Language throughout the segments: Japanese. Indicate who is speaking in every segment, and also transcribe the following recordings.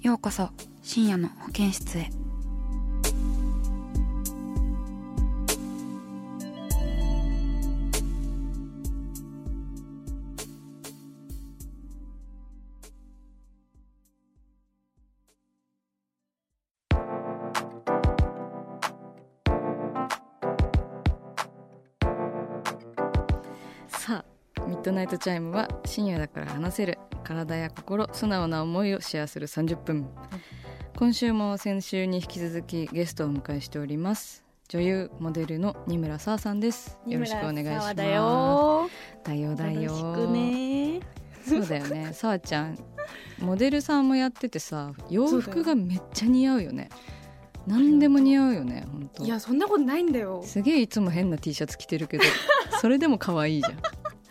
Speaker 1: ようこそ深夜の保健室へ
Speaker 2: さあミッドナイトチャイムは深夜だから話せる体や心素直な思いをシェアする30分今週も先週に引き続きゲストをお迎えしております女優モデルの二村沙さんですよろしくお願いします
Speaker 3: だよ
Speaker 2: だよだよ
Speaker 3: よろしくね
Speaker 2: そうだよね沙ちゃんモデルさんもやっててさ洋服がめっちゃ似合うよね何でも似合うよね本当
Speaker 3: いやそんなことないんだよ
Speaker 2: すげえいつも変な T シャツ着てるけどそれでも可愛いじゃん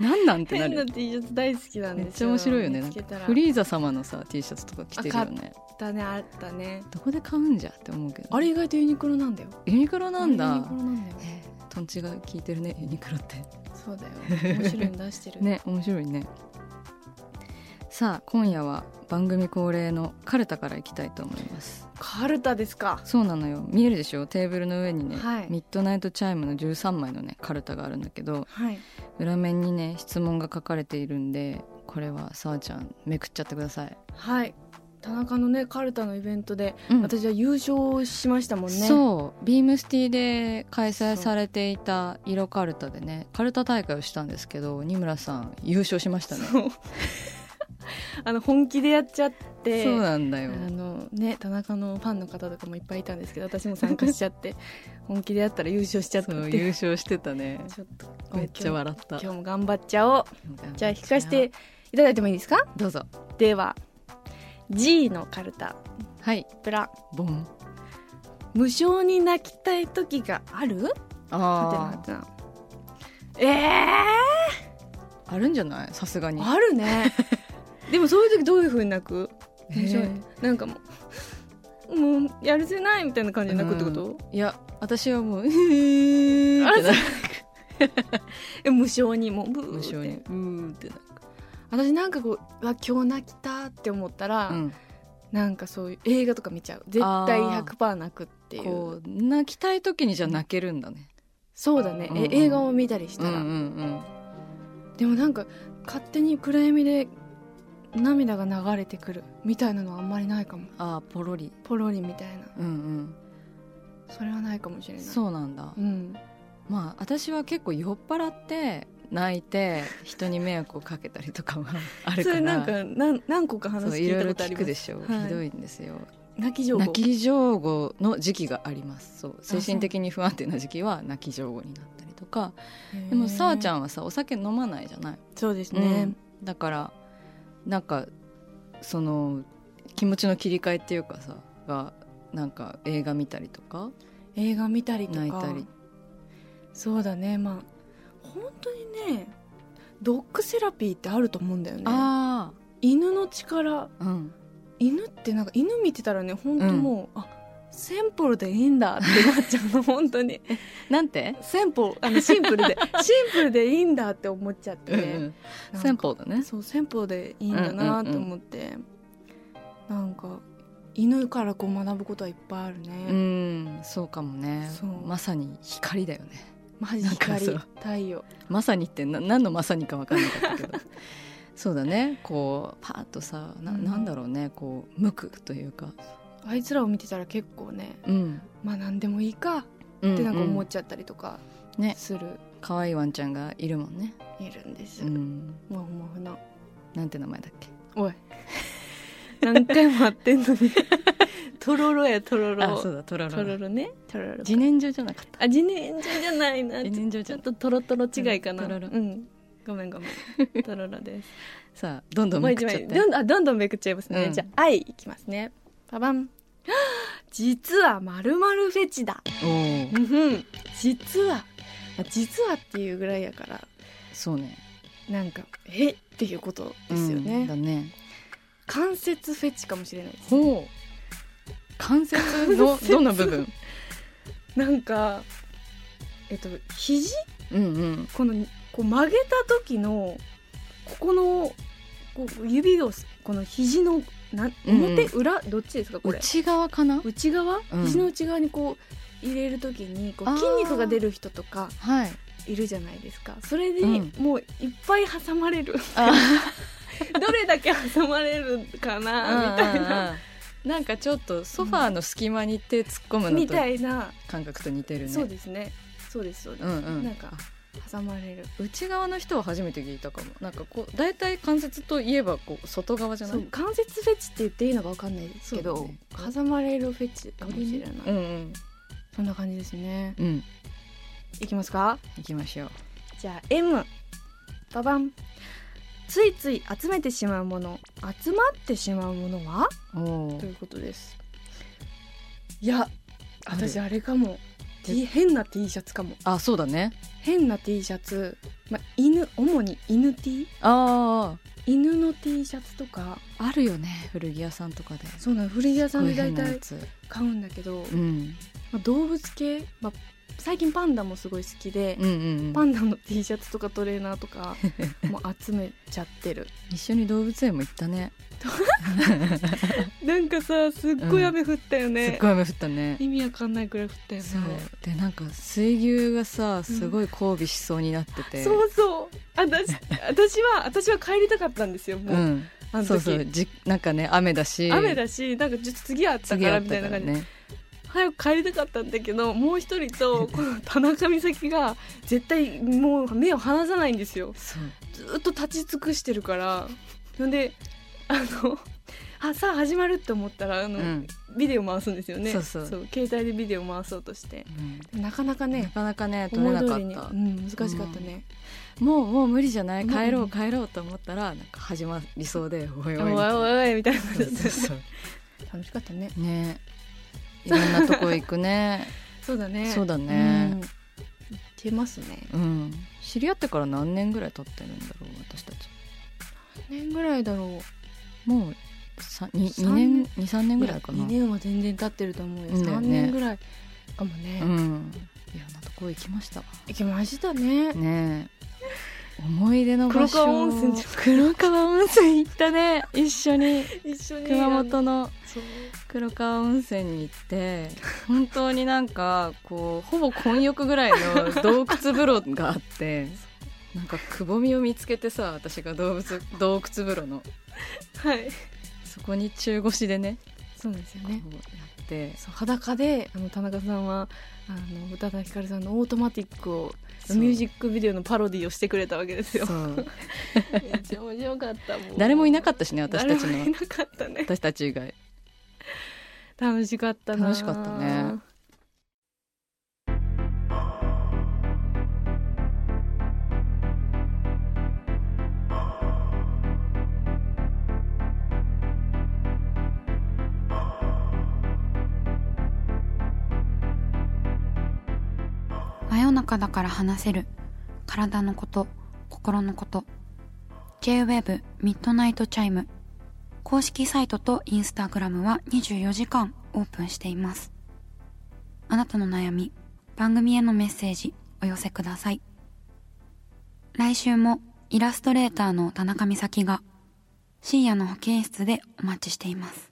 Speaker 2: なんなんてな
Speaker 3: 変
Speaker 2: るよ
Speaker 3: な T シャツ大好きなん
Speaker 2: めっ
Speaker 3: です
Speaker 2: ちゃ
Speaker 3: よ
Speaker 2: 面白いよねな
Speaker 3: 見
Speaker 2: ん
Speaker 3: つけ
Speaker 2: か
Speaker 3: たら
Speaker 2: フリーザ様のさ T シャツとか着てるよね
Speaker 3: だねあったね
Speaker 2: どこで買うんじゃって思うけど
Speaker 3: あれ意外とユニクロなんだよ
Speaker 2: ユニクロなん
Speaker 3: あれユニ
Speaker 2: だ
Speaker 3: クロなんだよ
Speaker 2: えートンチが効いてるねユニクロって
Speaker 3: そうだよ面白いの出して る
Speaker 2: ね面白いねさあ今夜は番組恒例のカルタからいきたいと思います
Speaker 3: カルタですか
Speaker 2: そうなのよ見えるでしょテーブルの上にね、
Speaker 3: はい
Speaker 2: ミッドナイトチャイムの13枚のねカルタがあるんだけど
Speaker 3: はい
Speaker 2: 裏面にね質問が書かれているんでこれはさあちゃんめくっちゃってください、
Speaker 3: はい田中のねカルタのイベントで
Speaker 2: うん
Speaker 3: 私は優勝しましたもんね
Speaker 2: そうビームスティで開催されていた色カルタでねカルタ大会をしたんですけど二村さん優勝しましたね
Speaker 3: そうあの本気でやっちゃって
Speaker 2: そうなんだよ
Speaker 3: あのね田中のファンの方とかもいっぱいいたんですけど私も参加しちゃって 本気でやったら優勝しちゃった
Speaker 2: そ
Speaker 3: っ
Speaker 2: う
Speaker 3: てい
Speaker 2: 優
Speaker 3: う
Speaker 2: 勝してたね
Speaker 3: ちょっ と
Speaker 2: めっちゃ笑った
Speaker 3: 今日も頑張っちゃおうじゃあ引かせていただいてもいいですか
Speaker 2: どうぞ
Speaker 3: では G のカルタ
Speaker 2: はい
Speaker 3: プラ
Speaker 2: ボン
Speaker 3: 無償に泣きたい時があるは
Speaker 2: あ
Speaker 3: てなはてなえ
Speaker 2: ああるんじゃないさすがに
Speaker 3: ー、ある ねでもそういう時どういうふうに泣く
Speaker 2: え
Speaker 3: 無
Speaker 2: ー
Speaker 3: 償になんかもうもうやるせないみたいな感じで泣くってこと、
Speaker 2: いや私 はもう「うー」ってなる
Speaker 3: え無償にもうブーって
Speaker 2: 無償に「うー」ってなる
Speaker 3: 私なんかこううわ今日泣きたって思ったら、
Speaker 2: うん
Speaker 3: なんかそういう映画とか見ちゃう絶対
Speaker 2: あー
Speaker 3: 100%泣くっていう
Speaker 2: こう泣きたい時にじゃ泣けるんだね
Speaker 3: そうだね、え
Speaker 2: うんうん
Speaker 3: 映画を見たりしたら、
Speaker 2: うん
Speaker 3: でもなんか勝手に暗闇で涙が流れてくるみたいなのはあんまりないかも
Speaker 2: ああポロリ
Speaker 3: ポロリみたいな
Speaker 2: うんうん
Speaker 3: それはないかもしれない
Speaker 2: そうなんだ、
Speaker 3: うん
Speaker 2: まあ私は結構酔っ払って泣いて人に迷惑をかけたりとかはある
Speaker 3: そ
Speaker 2: から
Speaker 3: れなんか何何個か
Speaker 2: そう
Speaker 3: 話
Speaker 2: い
Speaker 3: 聞
Speaker 2: ろ
Speaker 3: い
Speaker 2: いろ
Speaker 3: たことあ
Speaker 2: 聞
Speaker 3: ります
Speaker 2: くでしょう、
Speaker 3: はい
Speaker 2: ひどいんですよ
Speaker 3: 泣き情報
Speaker 2: 泣き上後の時期がありますそう精神的に不安定な時期は泣き上後になったりとかでもさあちゃ
Speaker 3: ん
Speaker 2: んはさお酒飲まないじゃない、
Speaker 3: そうです
Speaker 2: う
Speaker 3: ね
Speaker 2: ん、だからなんかその気持ちの切り替えっていうかさがなんか映画見たりとか
Speaker 3: 映画見たりとか
Speaker 2: 泣いたり
Speaker 3: そうだねまあ本当にねドッグセラピーってあると思うんだよね
Speaker 2: あ
Speaker 3: 犬の力
Speaker 2: あうん
Speaker 3: 犬ってなんか犬見てたらね本当もう、あシンプルでいいんだってなっちゃうの本当に
Speaker 2: なんて
Speaker 3: シンプルあのシンプルでシンプルでいいんだって思っちゃって、
Speaker 2: うんうん
Speaker 3: なんか
Speaker 2: 先方だね
Speaker 3: そう先方でいいんだなと思って、なんか犬からこう学ぶことはいっぱいあるね、
Speaker 2: うんそうかもね
Speaker 3: そう
Speaker 2: まさに光だよね
Speaker 3: マジ
Speaker 2: なんか
Speaker 3: 光
Speaker 2: そう
Speaker 3: 太陽
Speaker 2: まさにってな何のまさにか分かんなかったけどそそうだねこうパーッとさな
Speaker 3: うん
Speaker 2: なんだろうねこう無垢というか、
Speaker 3: あいつらを見てたら結構ね
Speaker 2: うん、
Speaker 3: まあ何でもいいかっ
Speaker 2: うん
Speaker 3: てなんか思
Speaker 2: う
Speaker 3: っちゃったりとか
Speaker 2: ね
Speaker 3: する、
Speaker 2: 可愛いワンちゃんがいるもんね、
Speaker 3: いるんです
Speaker 2: う
Speaker 3: よ、
Speaker 2: ん、
Speaker 3: もふもふの
Speaker 2: なんて名前だっけ
Speaker 3: おい何回も会ってんのにとろろやとろろ
Speaker 2: あそうだトロ
Speaker 3: と
Speaker 2: ロ
Speaker 3: ろろねとろろ
Speaker 2: 自然薯じゃなかった
Speaker 3: あ自然薯じゃないな
Speaker 2: 自然薯じ
Speaker 3: ち
Speaker 2: ゃ
Speaker 3: ょっ
Speaker 2: な
Speaker 3: ととろとろ違いかな、
Speaker 2: うんとろろ
Speaker 3: うんごめんごめんとろろです
Speaker 2: さあどんどん
Speaker 3: もう
Speaker 2: めく
Speaker 3: 一
Speaker 2: っちゃっ
Speaker 3: 枚
Speaker 2: て
Speaker 3: どんどんあどんどんめくっちゃいますね、
Speaker 2: うん
Speaker 3: じゃあ「愛」いきますねパパン 実はまるまるフェチだ
Speaker 2: おー
Speaker 3: うん実はまあ実はっていうぐらいやから
Speaker 2: そうね
Speaker 3: なんか「えっ?」ていうことですよ
Speaker 2: うん
Speaker 3: ね、
Speaker 2: だね
Speaker 3: 関節フェチかもしれないです
Speaker 2: ほう関節の
Speaker 3: 関節
Speaker 2: どんな部分
Speaker 3: なんかえっと肘
Speaker 2: うんうん
Speaker 3: このこう曲げた時のここのこう指をすこの肘のなん
Speaker 2: うん
Speaker 3: 表、裏どっちですかこれ
Speaker 2: 内側かな
Speaker 3: 内側、
Speaker 2: うん
Speaker 3: 肘の内側にこう入れる時にこ
Speaker 2: あー
Speaker 3: う筋肉が出る人とか
Speaker 2: はい
Speaker 3: いるじゃないですかそれで
Speaker 2: うん
Speaker 3: もういっぱい挟まれる、
Speaker 2: あ
Speaker 3: どれだけ挟まれるかなみたいな
Speaker 2: なんかちょっとソファーの隙間に手突っ込むの
Speaker 3: み
Speaker 2: と
Speaker 3: たいな、
Speaker 2: 感覚と似てるね
Speaker 3: そうですねそうですそうです、
Speaker 2: うんうん
Speaker 3: なんか挟まれる
Speaker 2: 内側の人は初めて聞いたかもなんかこう大体関節といえばこう外側じゃない
Speaker 3: そう関節フェチって言っていいのかわかんないです
Speaker 2: そ
Speaker 3: けど、
Speaker 2: うだね
Speaker 3: 挟まれるフェチかもしれない、
Speaker 2: うんうん
Speaker 3: そんな感じですね
Speaker 2: うん
Speaker 3: いきますか
Speaker 2: 行きましょう
Speaker 3: じゃあ M ババンついつい集めてしまうもの集まってしまうものは
Speaker 2: お
Speaker 3: ということですいや
Speaker 2: ある
Speaker 3: 私あれかも T
Speaker 2: で
Speaker 3: 変な T シャツかも
Speaker 2: あそうだね
Speaker 3: 変な T シャツ、まあ、犬主に犬 T
Speaker 2: ああ
Speaker 3: 犬の T シャツとか
Speaker 2: あるよね古着屋さんとかで
Speaker 3: そうなの古着屋さんで
Speaker 2: こうい
Speaker 3: 大
Speaker 2: う変なや
Speaker 3: 体
Speaker 2: つ
Speaker 3: 買うんだけど、
Speaker 2: うん
Speaker 3: まあ、動物系、まあ、最近パンダもすごい好きで、
Speaker 2: うんうんうん
Speaker 3: パンダの T シャツとかトレーナーと かもう集めちゃってる
Speaker 2: 一緒に動物園も行ったね
Speaker 3: なんかさすっごい雨降ったよ
Speaker 2: すっ
Speaker 3: ね、
Speaker 2: ごい雨降ったね
Speaker 3: 意味わかんないくらい降ったよね
Speaker 2: そうでなんか水牛がさすごい交尾しそうになってて、
Speaker 3: そうそう私私は私は帰りたかったんですよもう、
Speaker 2: ん、
Speaker 3: あの時
Speaker 2: そうそうじなんかね雨だし
Speaker 3: 雨だしなんかちょっと次あった
Speaker 2: 次
Speaker 3: か
Speaker 2: あ
Speaker 3: ら
Speaker 2: っ
Speaker 3: みた
Speaker 2: た
Speaker 3: い
Speaker 2: か
Speaker 3: な
Speaker 2: ら
Speaker 3: 感じ、
Speaker 2: ね
Speaker 3: 早く帰りたかったんだけどもう一人とこの田中美咲が絶対もう目を離さないんですよ
Speaker 2: そう
Speaker 3: ずーっと立ち尽くしてるからほんであのあさあ始まるって思ったらあの、
Speaker 2: うん
Speaker 3: ビデオ回すんですよね
Speaker 2: そうそう
Speaker 3: 携帯でビデオ回そうとしてなかなか
Speaker 2: な
Speaker 3: ね
Speaker 2: かなかね取
Speaker 3: 思
Speaker 2: れ
Speaker 3: い
Speaker 2: なかっ
Speaker 3: 通りに、
Speaker 2: た、
Speaker 3: うん、難しかったね、
Speaker 2: もうもう無理じゃない
Speaker 3: うん
Speaker 2: 帰ろう帰ろうと思ったらなんか始まりそうでおいおい
Speaker 3: おいおいおいみたいな
Speaker 2: そうそうそう
Speaker 3: 楽しかったね
Speaker 2: ねいろんなとこ行くね
Speaker 3: そうだね
Speaker 2: そうだね
Speaker 3: うん、言ってますね
Speaker 2: うん知り合ってから何年ぐらい経ってるんだろう私たち
Speaker 3: 何年ぐらいだろ
Speaker 2: もうさに
Speaker 3: 三
Speaker 2: 2年二三
Speaker 3: う
Speaker 2: 年ぐらいかな
Speaker 3: 2年は全然経ってると思うよ
Speaker 2: うんだよ
Speaker 3: 3
Speaker 2: ね
Speaker 3: 年ぐらいかもね、
Speaker 2: うんいろんなとこ行きましたわ
Speaker 3: 行きましたね
Speaker 2: ねえ思い出の場所
Speaker 3: 黒川温泉じゃ
Speaker 2: 黒川温泉行ったね一緒に
Speaker 3: 一緒に
Speaker 2: 熊本の
Speaker 3: そう
Speaker 2: 黒川温泉に行って本当になんかこうほぼ混浴ぐらいの洞窟風呂があってなんかくぼみを見つけてさ私が動物洞窟風呂の
Speaker 3: はい
Speaker 2: そこに中腰でね
Speaker 3: そうなんですよ
Speaker 2: こうや
Speaker 3: ね
Speaker 2: って
Speaker 3: そう裸であの田中さんはあの宇多田ヒカルさんの「オートマティックを」
Speaker 2: そう
Speaker 3: ミュージックビデオのパロディをしてくれたわけです よ
Speaker 2: そう
Speaker 3: めっちゃ面白かったも ん
Speaker 2: 誰もいなか
Speaker 3: っ
Speaker 2: ったしね私
Speaker 3: 誰
Speaker 2: たち
Speaker 3: もい
Speaker 2: の
Speaker 3: なかったね
Speaker 2: 私たち以外
Speaker 3: 楽しかったな
Speaker 2: 楽しかったね
Speaker 1: 真夜中だから話せる体のこと心のこと JWEB ミッドナイトチャイム公式サイトとインスタグラムは24時間オープンしていますあなたの悩み番組へのメッセージお寄せください来週もイラストレーターの田中美咲が深夜の保健室でお待ちしています